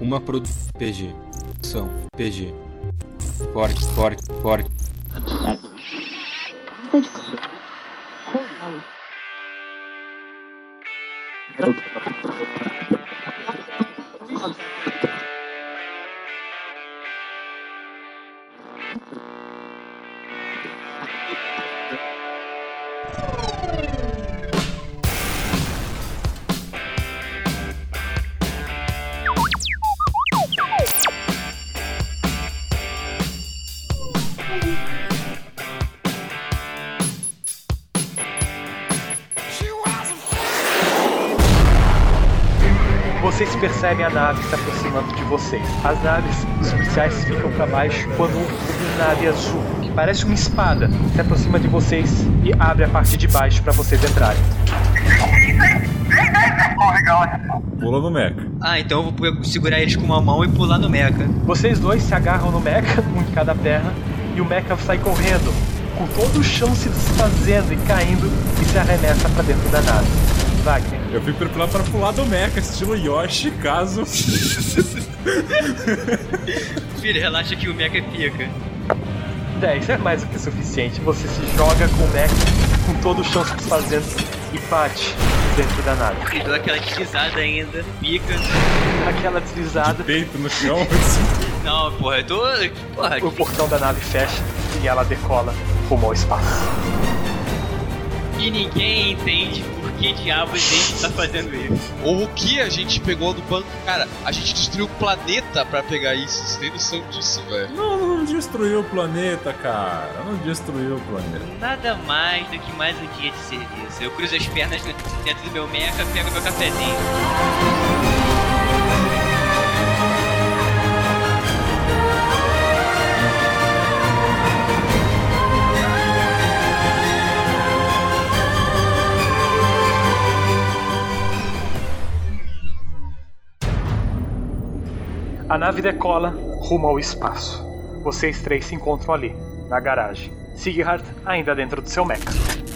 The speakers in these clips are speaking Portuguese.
Uma produção PG. São PG. Corte, corte, corte. Vocês percebem a nave se aproximando de vocês. As naves espaciais ficam para baixo quando uma nave azul, que parece uma espada, se aproxima de vocês e abre a parte de baixo para vocês entrarem. Pula no Mecha. Ah, então eu vou pu- segurar eles com uma mão e pular no meca. Vocês dois se agarram no mecha, um em cada perna, e o mecha sai correndo, com todo o chão se desfazendo e caindo, e se arremessa para dentro da nave. Wagner. Eu fui preparado pra pular do Mecha, estilo Yoshi, caso. Filho, relaxa que o meca pica. 10 é mais do que suficiente. Você se joga com o Mac, com todo o chão se desfazendo e bate dentro da nave. Ele deu aquela deslizada ainda, pica. Aquela deslizada, Peito no chão. Não, porra, eu tô. Porra, É o portão da nave fecha e ela decola rumo ao espaço. que ninguém entende por que diabos a gente tá fazendo isso. Ou o que a gente pegou do banco. Cara, a gente destruiu o planeta pra pegar isso. Vocês têm noção disso, velho. Não, não destruiu o planeta, cara. Não destruiu o planeta. Nada mais do que mais um dia de serviço. Eu cruzo as pernas dentro do meu meca, pego meu cafezinho. A nave decola rumo ao espaço. Vocês três se encontram ali, na garagem. Sighart ainda dentro do seu mecha.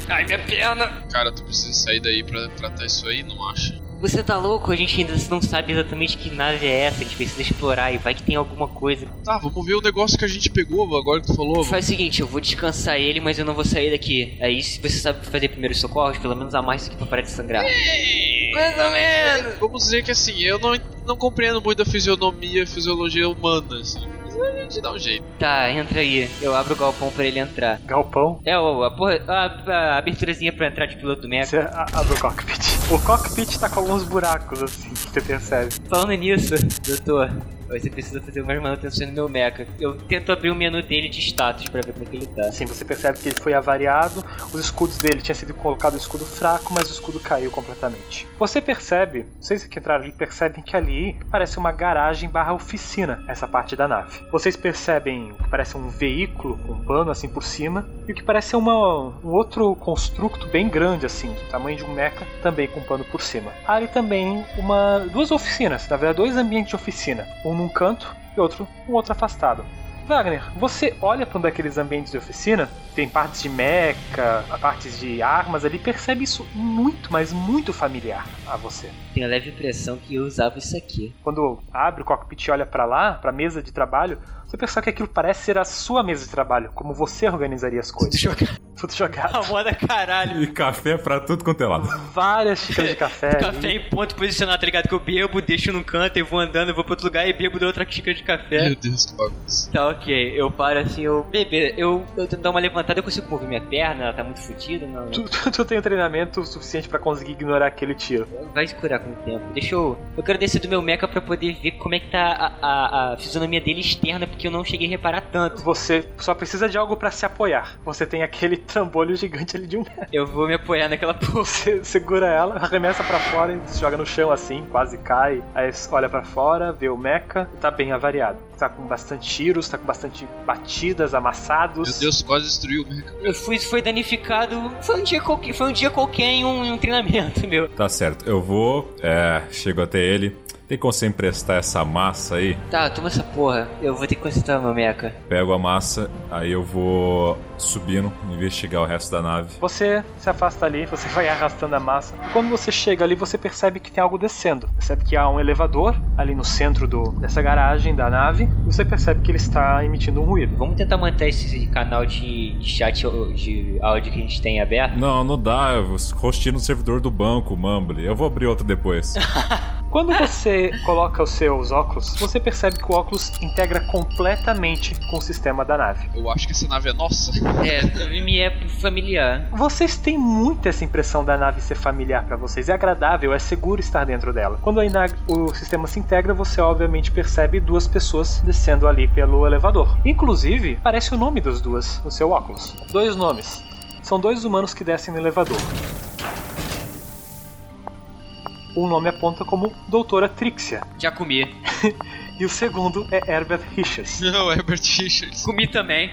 Ai, minha perna! Cara, tu precisa sair daí pra tratar isso aí, não acha? Você tá louco? A gente ainda não sabe exatamente que nave é essa, a gente precisa explorar e vai que tem alguma coisa. Tá, vamos ver o negócio que a gente pegou agora que tu falou. Faz o seguinte, eu vou descansar ele, mas eu não vou sair daqui. Aí se você sabe fazer primeiros socorros, pelo menos há mais do que pra parar de sangrar. Mais ou menos! Vamos dizer que assim, eu não, não compreendo muito a fisionomia, fisiologia humana, assim. Mas a gente dá um jeito. Tá, entra aí. Eu abro o galpão pra ele entrar. Galpão, É, o- a, porra, a, a aberturazinha pra entrar de piloto do Mecha. você a- abre o cockpit. O cockpit tá com alguns buracos, assim, você percebe. Falando nisso, doutor, você precisa fazer umas manutenções no meu Mecha. Eu tento abrir o menu dele de status pra ver como é que ele tá. Assim, você percebe que ele foi avariado, os escudos dele tinha sido colocado um escudo fraco, mas o escudo caiu completamente. Você percebe, vocês que entraram ali percebem que ali parece uma garagem barra oficina, essa parte da nave. Vocês percebem o que parece um veículo com um pano assim por cima, e o que parece ser uma, um outro construto bem grande assim, do tamanho de um meca, também com um pano por cima. Há ali também uma, duas oficinas, na verdade dois ambientes de oficina, um num canto e outro um outro afastado. Wagner, você olha para um daqueles ambientes de oficina, tem partes de meca, partes de armas ali, percebe isso muito, mas muito familiar a você. Tenho a leve impressão que eu usava isso aqui. Quando abre o cockpit e olha para lá, para a mesa de trabalho, você percebe que aquilo parece ser a sua mesa de trabalho, como você organizaria as coisas. Tudo jogado. moda caralho. E café pra tudo quanto é lado. Várias xícaras de café. Café ali. em ponto posicionado, tá ligado? Que eu bebo, deixo num canto e vou andando, vou pra outro lugar e bebo da outra xícara de café. Meu Deus, que bagunça. Tá ok, eu paro assim, eu. Bebê, eu, eu tento dar uma levantada, eu consigo mover minha perna, ela tá muito fodida, não. Tu, tu, tu tem um treinamento suficiente para conseguir ignorar aquele tiro. Vai se curar com o tempo. Deixa eu. Eu quero descer do meu mecha pra poder ver como é que tá a, a, a fisionomia dele externa, porque eu não cheguei a reparar tanto. Você só precisa de algo para se apoiar. Você tem aquele trambolho gigante ali de um Eu vou me apoiar naquela porra. Você segura ela, arremessa pra fora e se joga no chão assim, quase cai. Aí você olha pra fora, vê o mecha, tá bem avariado. Tá com bastante tiros, tá com bastante batidas, amassados. Meu Deus, quase destruiu o meca. Eu fui, foi danificado. Foi um dia qualquer, foi um dia qualquer em um, em um treinamento, meu. Tá certo, eu vou. É, chego até ele. Tem como você emprestar essa massa aí? Tá, toma essa porra. Eu vou ter que consertar meu meca. Pego a massa, aí eu vou subindo, investigar o resto da nave. Você se afasta ali, você vai arrastando a massa. E quando você chega ali, você percebe que tem algo descendo. Percebe que há um elevador ali no centro do, dessa garagem da nave. E você percebe que ele está emitindo um ruído. Vamos tentar manter esse canal de, de chat ou de áudio que a gente tem aberto? Não, não dá, eu hostei no servidor do banco, Mumble. Eu vou abrir outro depois. Quando você coloca os seus óculos, você percebe que o óculos integra completamente com o sistema da nave. Eu acho que essa nave é nossa. É, me é familiar. Vocês têm muito essa impressão da nave ser familiar pra vocês. É agradável, é seguro estar dentro dela. Quando a ina- o sistema se integra, você obviamente percebe duas pessoas descendo ali pelo elevador. Inclusive, aparece o nome das duas no seu óculos. Dois nomes. São dois humanos que descem no elevador. Um nome aponta como Doutora Trixia Já comi. e o segundo é Herbert Richards. Não, é Herbert Richards. Comi também.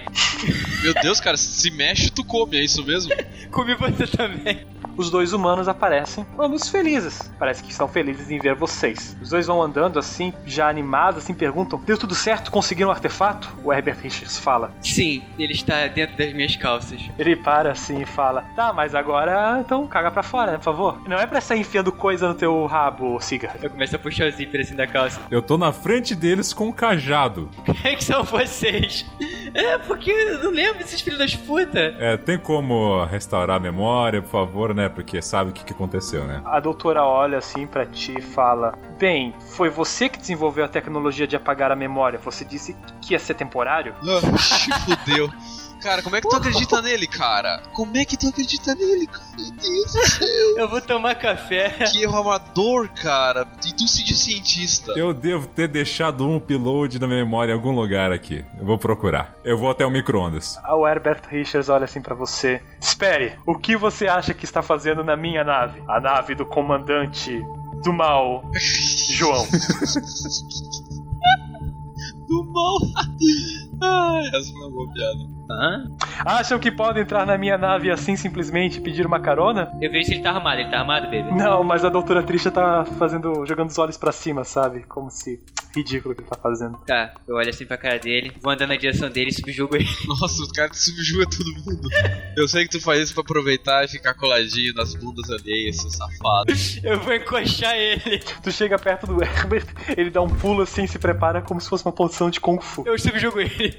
Meu Deus, cara, se mexe, tu come, é isso mesmo? Comi você também. Os dois humanos aparecem, ambos felizes. Parece que estão felizes em ver vocês. Os dois vão andando assim, já animados, assim, perguntam: Deu tudo certo? Conseguiram o artefato? O Herbert Richards fala. Sim, ele está dentro das minhas calças. Ele para assim e fala: Tá, mas agora então caga pra fora, né, por favor. Não é pra sair enfiando coisa no teu rabo, Siga. Eu começo a puxar o zíper assim da calça. Eu tô na frente deles com um cajado. Quem é que são vocês? É, porque eu não lembro esses filhos das putas. É, tem como restaurar a memória, por favor, né? Porque sabe o que, que aconteceu, né? A doutora olha assim pra ti e fala: Bem, foi você que desenvolveu a tecnologia de apagar a memória. Você disse que ia ser temporário? Ah, Oxi, fudeu. Cara, como é que tu acredita nele, cara? Como é que tu acredita nele? cara? Meu Deus do céu. Eu vou tomar café. Que erro amador, cara. E tu se diz cientista. Eu devo ter deixado um upload na memória em algum lugar aqui. Eu vou procurar. Eu vou até o micro-ondas. O Herbert Richards olha assim pra você. Espere, o que você acha que está fazendo na minha nave? A nave do comandante do mal, João. Do mal. Ai, essa não é uma boa piada. Hã? Acham que podem entrar na minha nave assim simplesmente e pedir uma carona? Eu vejo se ele tá armado. Ele tá armado, baby? Não, mas a doutora Trisha tá fazendo, jogando os olhos pra cima, sabe? Como se ridículo que ele tá fazendo. Tá, eu olho assim pra cara dele, vou andando na direção dele e subjugo ele. Nossa, o cara subjuga todo mundo. Eu sei que tu faz isso pra aproveitar e ficar coladinho nas bundas alheias, seu safado. Eu vou encoxar ele. Tu chega perto do Herbert, ele dá um pulo assim, se prepara como se fosse uma posição de kung fu. Eu subjugo ele.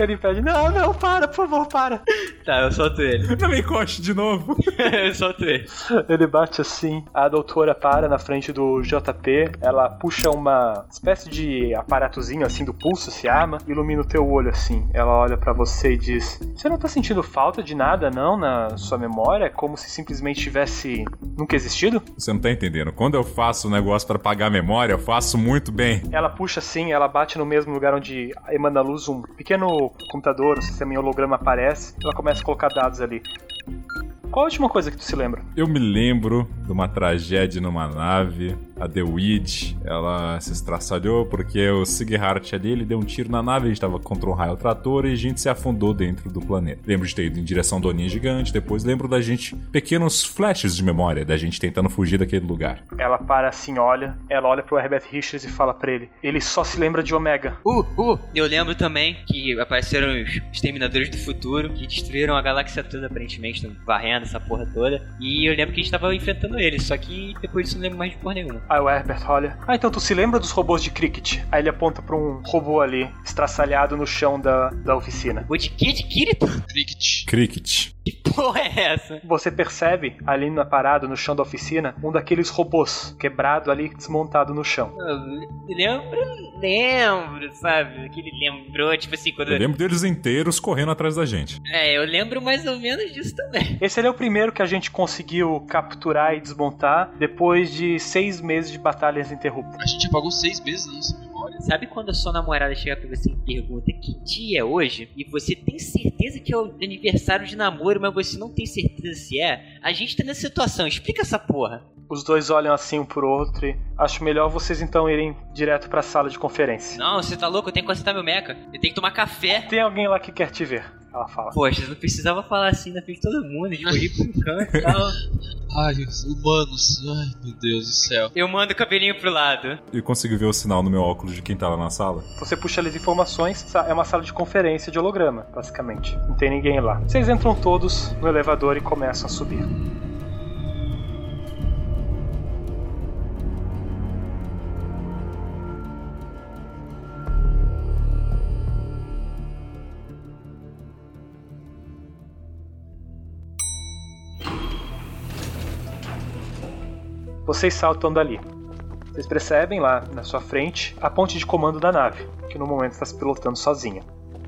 Ele pede: "Não, não, para, por favor, para". Tá, eu solto ele. Não me encoste de novo. eu solto ele. Ele bate assim. A doutora para na frente do JP. Ela puxa uma espécie de aparatozinho assim do pulso, se arma, ilumina o teu olho assim. Ela olha pra você e diz: Você não tá sentindo falta de nada, não, na sua memória? Como se simplesmente tivesse nunca existido? Você não tá entendendo. Quando eu faço um negócio pra pagar a memória, eu faço muito bem. Ela puxa assim, ela bate no mesmo lugar onde emana luz um pequeno computador, um sistema em holograma aparece. Ela começa a colocar dados ali. Qual a última coisa que tu se lembra? Eu me lembro de uma tragédia numa nave. A The Weed, ela se estraçalhou porque o Sighart ali, ele deu um tiro na nave, a gente tava contra um raio trator e a gente se afundou dentro do planeta. Lembro de ter ido em direção do Oninha Gigante, depois lembro da gente, pequenos flashes de memória, da gente tentando fugir daquele lugar. Ela para assim, olha. Ela olha pro Herbert Richards e fala pra ele: Ele só se lembra de Omega. Uh, uh. Eu lembro também que apareceram os exterminadores do futuro que destruíram a galáxia toda, aparentemente, tão varrendo essa porra toda. E eu lembro que a gente tava enfrentando eles, só que depois disso eu não lembro mais de porra nenhuma. Aí o Herbert olha: Ah, então tu se lembra dos robôs de cricket? Aí ele aponta pra um robô ali, estraçalhado no chão da, da oficina. O de que de Kirito? Cricket. Cricket. Que porra é essa? Você percebe ali na parada, no chão da oficina, um daqueles robôs quebrado ali, desmontado no chão. Eu Lembro, lembro, sabe? Que ele lembrou, tipo assim, quando. Eu lembro deles inteiros correndo atrás da gente. É, eu lembro mais ou menos disso também. Esse ali é o primeiro que a gente conseguiu capturar e desmontar depois de seis meses de batalhas interruptas. A gente apagou seis meses na nossa memória. Sabe quando a sua namorada chega pra você e pergunta que dia é hoje? E você tem certeza que é o aniversário de namoro, mas você não tem certeza se é? A gente tá nessa situação, explica essa porra. Os dois olham assim um pro outro e acho melhor vocês então irem direto pra sala de conferência. Não, você tá louco, eu tenho que consertar meu meca. Eu tenho que tomar café. Tem alguém lá que quer te ver. Ela fala. Poxa, você não precisava falar assim na frente de todo mundo, tipo, ir pro canto e tal. Ai, os humanos. Ai, meu Deus do céu. Eu mando o cabelinho pro lado. Eu consigo ver o sinal no meu óculos de quem tá lá na sala? Você puxa ali as informações, sa- é uma sala de conferência de holograma, basicamente. Não tem ninguém lá. Vocês entram todos no elevador e começam a subir. Vocês saltam dali. Vocês percebem lá na sua frente a ponte de comando da nave, que no momento está se pilotando sozinha.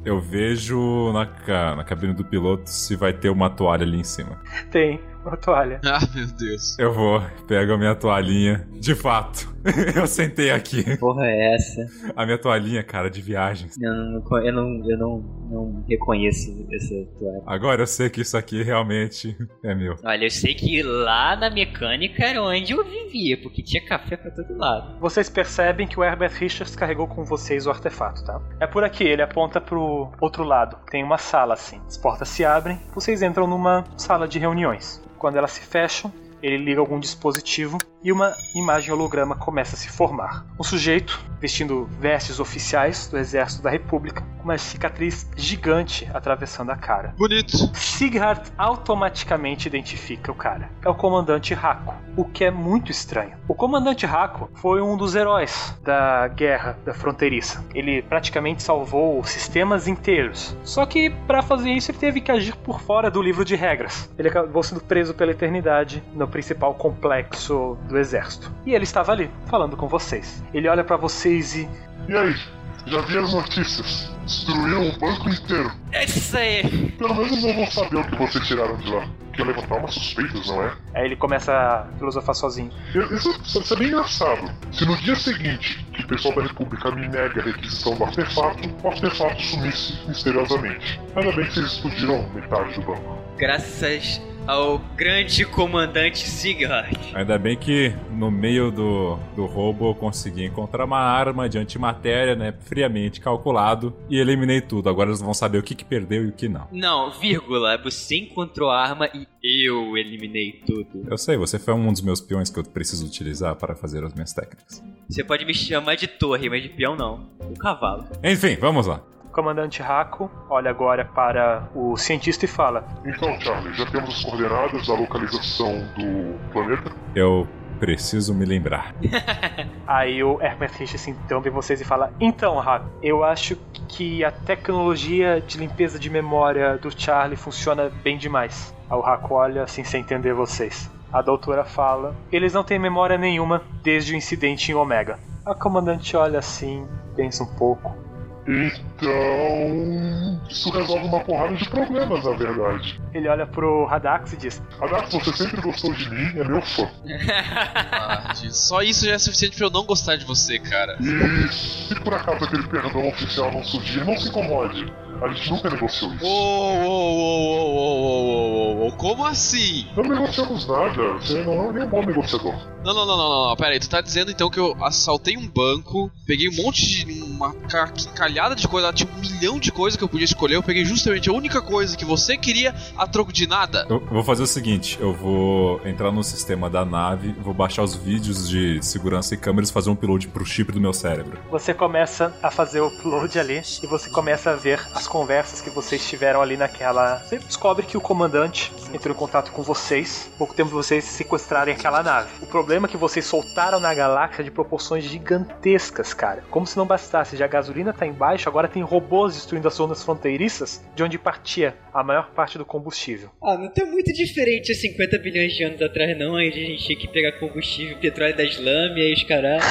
Eu vejo na, ca- na cabine do piloto se vai ter uma toalha ali em cima. Tem uma toalha. Ah, meu Deus. Eu vou, pego a minha toalhinha. De fato, eu sentei aqui. Porra, é essa? A minha toalhinha, cara, de viagens. Não, eu não, eu não, não reconheço essa toalha. Agora eu sei que isso aqui realmente é meu. Olha, eu sei que lá na mecânica era onde eu vivia, porque tinha café pra todo lado. Vocês percebem que o Herbert Richards carregou com vocês o artefato, tá? É por aqui, ele aponta pro outro lado. Tem uma sala assim. As portas se abrem, vocês entram numa sala de reuniões. Quando elas se fecham, ele liga algum dispositivo e uma imagem holograma começa a se formar. Um sujeito, vestindo vestes oficiais do Exército da República, com uma cicatriz gigante atravessando a cara. Bonito. Sighart automaticamente identifica o cara. É o comandante Rako, o que é muito estranho. O comandante Rako foi um dos heróis da guerra da fronteiriça. Ele praticamente salvou sistemas inteiros. Só que para fazer isso ele teve que agir por fora do livro de regras. Ele acabou sendo preso pela eternidade no principal complexo do exército. E ele estava ali falando com vocês. Ele olha para vocês e E aí? Já vi as notícias. Destruíram um banco inteiro. É isso aí! Pelo menos eu vou saber o que vocês tiraram de lá. Que é levantar umas suspeitas, não é? aí ele começa a filosofar sozinho. Eu- Isso, isso isso é bem engraçado. Se no dia seguinte que o pessoal da República me nega a requisição do artefato, o artefato sumisse misteriosamente. Ainda bem que vocês explodiram metade do banco. Graças ao grande comandante Sigurd. Ainda bem que no meio do, do roubo eu consegui encontrar uma arma de antimatéria, né? Friamente calculado e eliminei tudo. Agora eles vão saber o que, que perdeu e o que não. Não, vírgula, você encontrou a arma e eu eliminei tudo. Eu sei, você foi um dos meus peões que eu preciso utilizar para fazer as minhas técnicas. Você pode me chamar de torre, mas de peão não. O cavalo. Enfim, vamos lá. O comandante Rako olha agora para o cientista e fala: Então, Charlie, já temos as coordenadas da localização do planeta. Eu preciso me lembrar. Aí o Herbert Richards então vê vocês e fala: Então, Rafa, eu acho que a tecnologia de limpeza de memória do Charlie funciona bem demais. Aí o Raco olha assim sem entender vocês. A doutora fala: Eles não têm memória nenhuma desde o incidente em Omega. A comandante olha assim, pensa um pouco. Então. Isso resolve uma porrada de problemas, na verdade. Ele olha pro Radax e diz: Adax, você sempre gostou de mim, é meu fã. Ah, gente, só isso já é suficiente pra eu não gostar de você, cara. E se por acaso aquele perdão oficial não surgir, não se incomode. A gente nunca negociou Ô, ô, isso. ô, ô, ô, ô, ô, ô, ô, como assim? Não negociamos nada, você não é nem um bom negociador. Não, não, não, não, não, não, pera aí, tu tá dizendo então que eu assaltei um banco, peguei um monte de. uma ca- calhada de coisa, lá tinha um milhão de coisas que eu podia escolher, eu peguei justamente a única coisa que você queria a troco de nada? Eu vou fazer o seguinte: eu vou entrar no sistema da nave, vou baixar os vídeos de segurança e câmeras e fazer um upload pro chip do meu cérebro. Você começa a fazer o upload ali e você começa a ver as conversas que vocês tiveram ali naquela. Você descobre que o comandante entrou em contato com vocês, pouco tempo de vocês sequestrarem aquela nave. O problema é que vocês soltaram na galáxia de proporções gigantescas, cara. Como se não bastasse, já a gasolina tá embaixo, agora tem robôs destruindo as zonas fronteiriças de onde partia a maior parte do combustível. Ah, não tá muito diferente há 50 bilhões de anos atrás, não, onde a gente tinha que pegar combustível, petróleo da lâminas e os caras.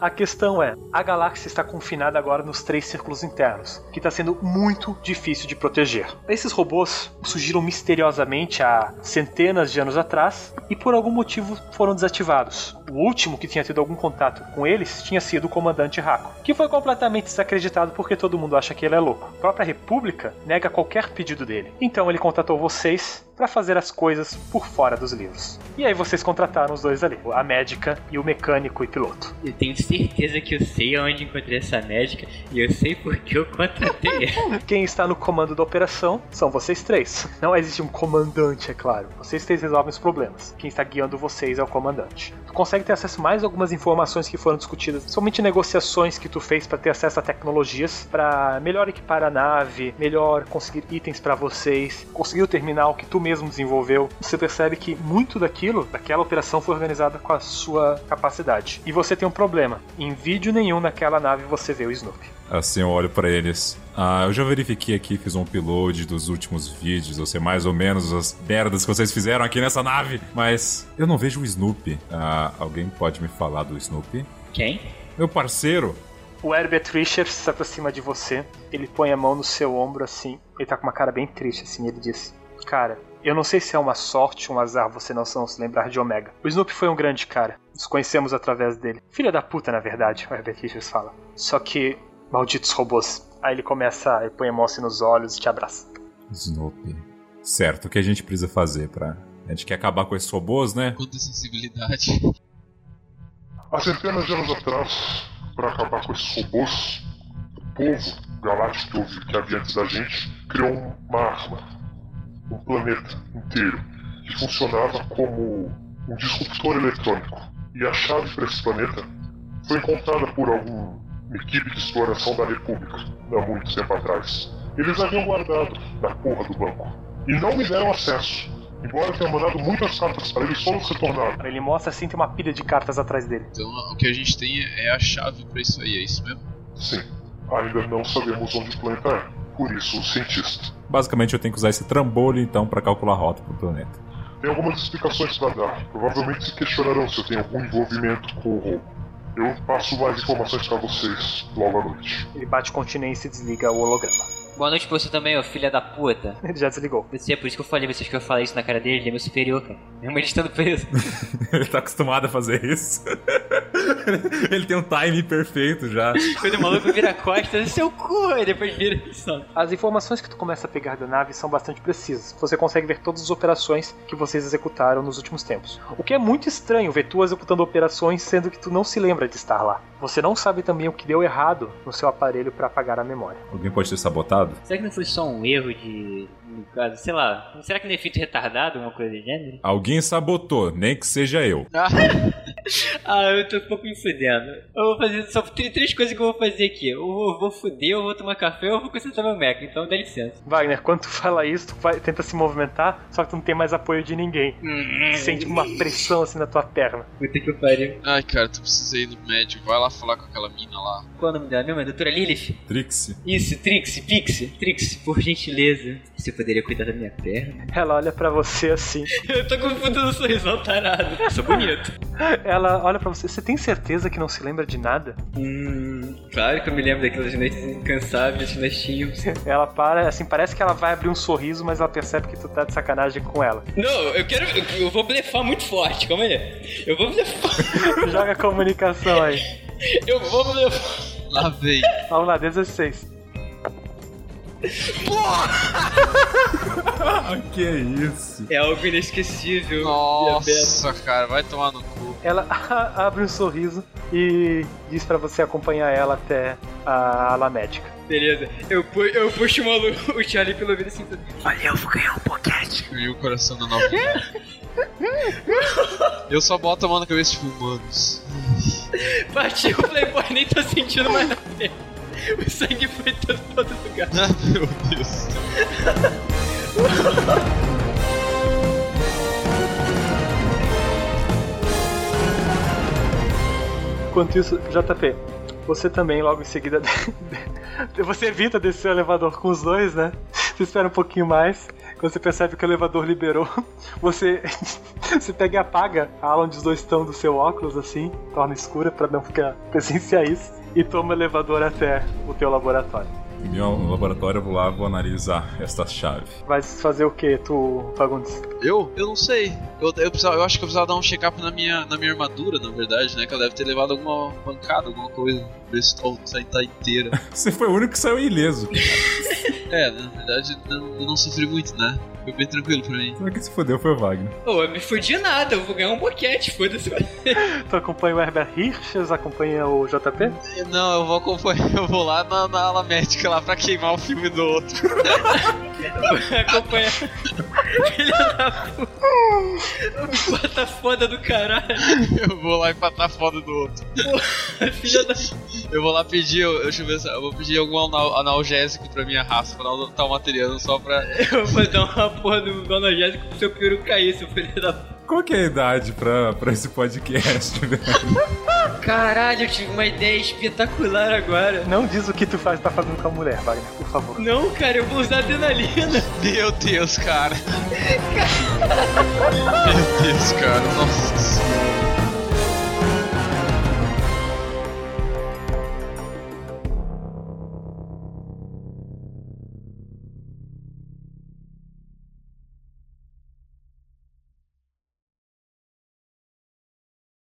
A questão é, a galáxia está confinada agora nos três círculos internos, que está sendo muito difícil de proteger. Esses robôs surgiram misteriosamente há centenas de anos atrás e por algum motivo foram desativados. O último que tinha tido algum contato com eles tinha sido o comandante Rako, que foi completamente desacreditado porque todo mundo acha que ele é louco. A própria República nega qualquer pedido dele. Então ele contatou vocês para fazer as coisas por fora dos livros. E aí vocês contrataram os dois ali, a médica e o mecânico e piloto. Eu tenho certeza que eu sei onde encontrei essa médica e eu sei porque eu contratei ela. Quem está no comando da operação são vocês três. Não existe um comandante, é claro. Vocês três resolvem os problemas. Quem está guiando vocês é o comandante. Tu consegue ter acesso a mais algumas informações que foram discutidas, somente negociações que tu fez para ter acesso a tecnologias, para melhor equipar a nave, melhor conseguir itens para vocês, conseguir o terminal que tu mesmo desenvolveu. Você percebe que muito daquilo, daquela operação, foi organizada com a sua capacidade. E você tem um problema. Em vídeo nenhum naquela nave você vê o Snoopy. Assim eu olho pra eles. Ah, eu já verifiquei aqui, fiz um upload dos últimos vídeos, eu sei mais ou menos as merdas que vocês fizeram aqui nessa nave, mas eu não vejo o Snoopy. Ah, alguém pode me falar do Snoopy? Quem? Meu parceiro, O Herbert Richards se aproxima de você, ele põe a mão no seu ombro assim, ele tá com uma cara bem triste assim, ele diz: Cara, eu não sei se é uma sorte, um azar você não se não se lembrar de Omega. O Snoopy foi um grande cara, nos conhecemos através dele. Filha da puta, na verdade, o Herbert Richards fala. Só que, malditos robôs. Aí ele começa, ele põe a mão assim nos olhos e te abraça. Snoopy. Certo, o que a gente precisa fazer pra. A gente quer acabar com esses robôs, né? Quanta sensibilidade. Há centenas de anos atrás, para acabar com esses robôs, o povo galáctico que houve- que havia antes da gente criou uma arma, um planeta inteiro, que funcionava como um disruptor eletrônico. E a chave para esse planeta foi encontrada por algum uma equipe de exploração da República, há muito tempo atrás. Eles haviam guardado na porra do banco. E não me deram acesso. Embora eu tenha mandado muitas cartas para eles, todos retornaram. Ele mostra assim, tem uma pilha de cartas atrás dele. Então o que a gente tem é a chave pra isso aí, é isso mesmo? Sim, ainda não sabemos onde o planeta é, por isso o cientista. Basicamente eu tenho que usar esse trambolho então pra calcular a rota pro planeta. Tem algumas explicações para dar, provavelmente se questionarão se eu tenho algum envolvimento com o roubo. Eu passo mais informações para vocês logo à noite. Ele bate continência e desliga o holograma. Boa noite pra você também, ô filha da puta. Ele já desligou. Você, é por isso que eu falei, vocês que eu falei isso na cara dele, ele é meu superior, cara. Mesmo ele estando preso. Ele tá acostumado a fazer isso. Ele tem um time perfeito já. Quando o maluco vira a costa, seu cu, e depois vira e sobe. As informações que tu começa a pegar da nave são bastante precisas. Você consegue ver todas as operações que vocês executaram nos últimos tempos. O que é muito estranho ver tu executando operações sendo que tu não se lembra de estar lá. Você não sabe também o que deu errado no seu aparelho para apagar a memória. Alguém pode ter sabotado? Será que não foi só um erro de. No caso, sei lá. Será que não é efeito retardado, alguma coisa do gênero? Alguém sabotou, nem que seja eu. Ah, eu tô um pouco me fudendo. Eu vou fazer só tem três coisas que eu vou fazer aqui. Eu vou, vou fuder, eu vou tomar café, eu vou concentrar meu Mac, então dá licença. Wagner, quando tu fala isso, tu vai- tenta se movimentar, só que tu não tem mais apoio de ninguém. Sente uma pressão assim na tua perna. Puta que pariu. Ai, cara, tu precisa ir no médico. Vai lá falar com aquela mina lá. Qual é o nome dela mesmo? É Doutora Lilith? Trixie. Isso, Trix, Pix, Trix, por gentileza. Você poderia cuidar da minha perna? Ela olha pra você assim. Eu tô confundindo o sorriso tarado. Sou bonito. Ela olha pra você. Você tem certeza que não se lembra de nada? Hum, claro que eu me lembro daquelas noites incansáveis um nas Chips. Ela para, assim, parece que ela vai abrir um sorriso, mas ela percebe que tu tá de sacanagem com ela. Não, eu quero. Eu, eu vou blefar muito forte, calma aí. Eu vou blefar. Joga a comunicação aí. Eu vou blefar. Lá vem. Vamos lá, 16. Ah, que isso? É algo inesquecível. diabetes. Nossa, cara, vai tomar no cu. Ela abre um sorriso e diz pra você acompanhar ela até a ala médica. Beleza, eu, pu eu puxo o maluco, o Charlie pelo ouvido assim. E o coração da nova. Eu só boto a mão na cabeça, tipo, humanos. Partiu o Playboy, nem tô sentindo mais na perna. O sangue foi todo pra outro lugar. Ah, meu Deus. Enquanto isso, JP, você também logo em seguida. você evita descer o elevador com os dois, né? Você espera um pouquinho mais. Quando você percebe que o elevador liberou, você, você pega e apaga a ala onde os dois estão do seu óculos, assim, torna escura pra não ficar presenciar isso, e toma o elevador até o teu laboratório. No meu laboratório eu vou lá vou analisar esta chave. Vai fazer o que, tu, Fagundes? Eu? Eu não sei. Eu, eu, precisava, eu acho que eu precisava dar um check-up na minha, na minha armadura, na verdade, né? Que ela deve ter levado alguma pancada, alguma coisa. Ver se tá, tá- tá inteira. Você foi o único que saiu ileso. É, na verdade não- eu não sofri muito, né? Foi bem tranquilo pra mim. Só que se fodeu foi o Wagner. Pô, eu me fudi nada, eu vou ganhar um boquete, foda-se. Tu acompanha o Herbert Richards, acompanha o JP? Não, eu vou acompanhar, eu vou lá na, na ala médica lá pra queimar o filme do outro. Acompanha. Filha da puta. Bota foda do caralho. Eu vou lá empatar foda do outro. Filha da. Eu vou lá pedir, eu, deixa eu ver se- eu vou pedir algum anal- analgésico pra minha raça, pra não tá materiano só pra. Eu vou dar uma porra do analgésico pro seu peru cair, seu filho da puta. Qual que é a idade pra, pra esse podcast, né? velho? Caralho, eu tive uma ideia espetacular agora. Não diz o que tu faz, tá fazendo com a mulher, Wagner, por favor. Não, cara, eu vou usar adrenalina. Meu Deus, cara. Meu Deus, cara. Nossa. senhora.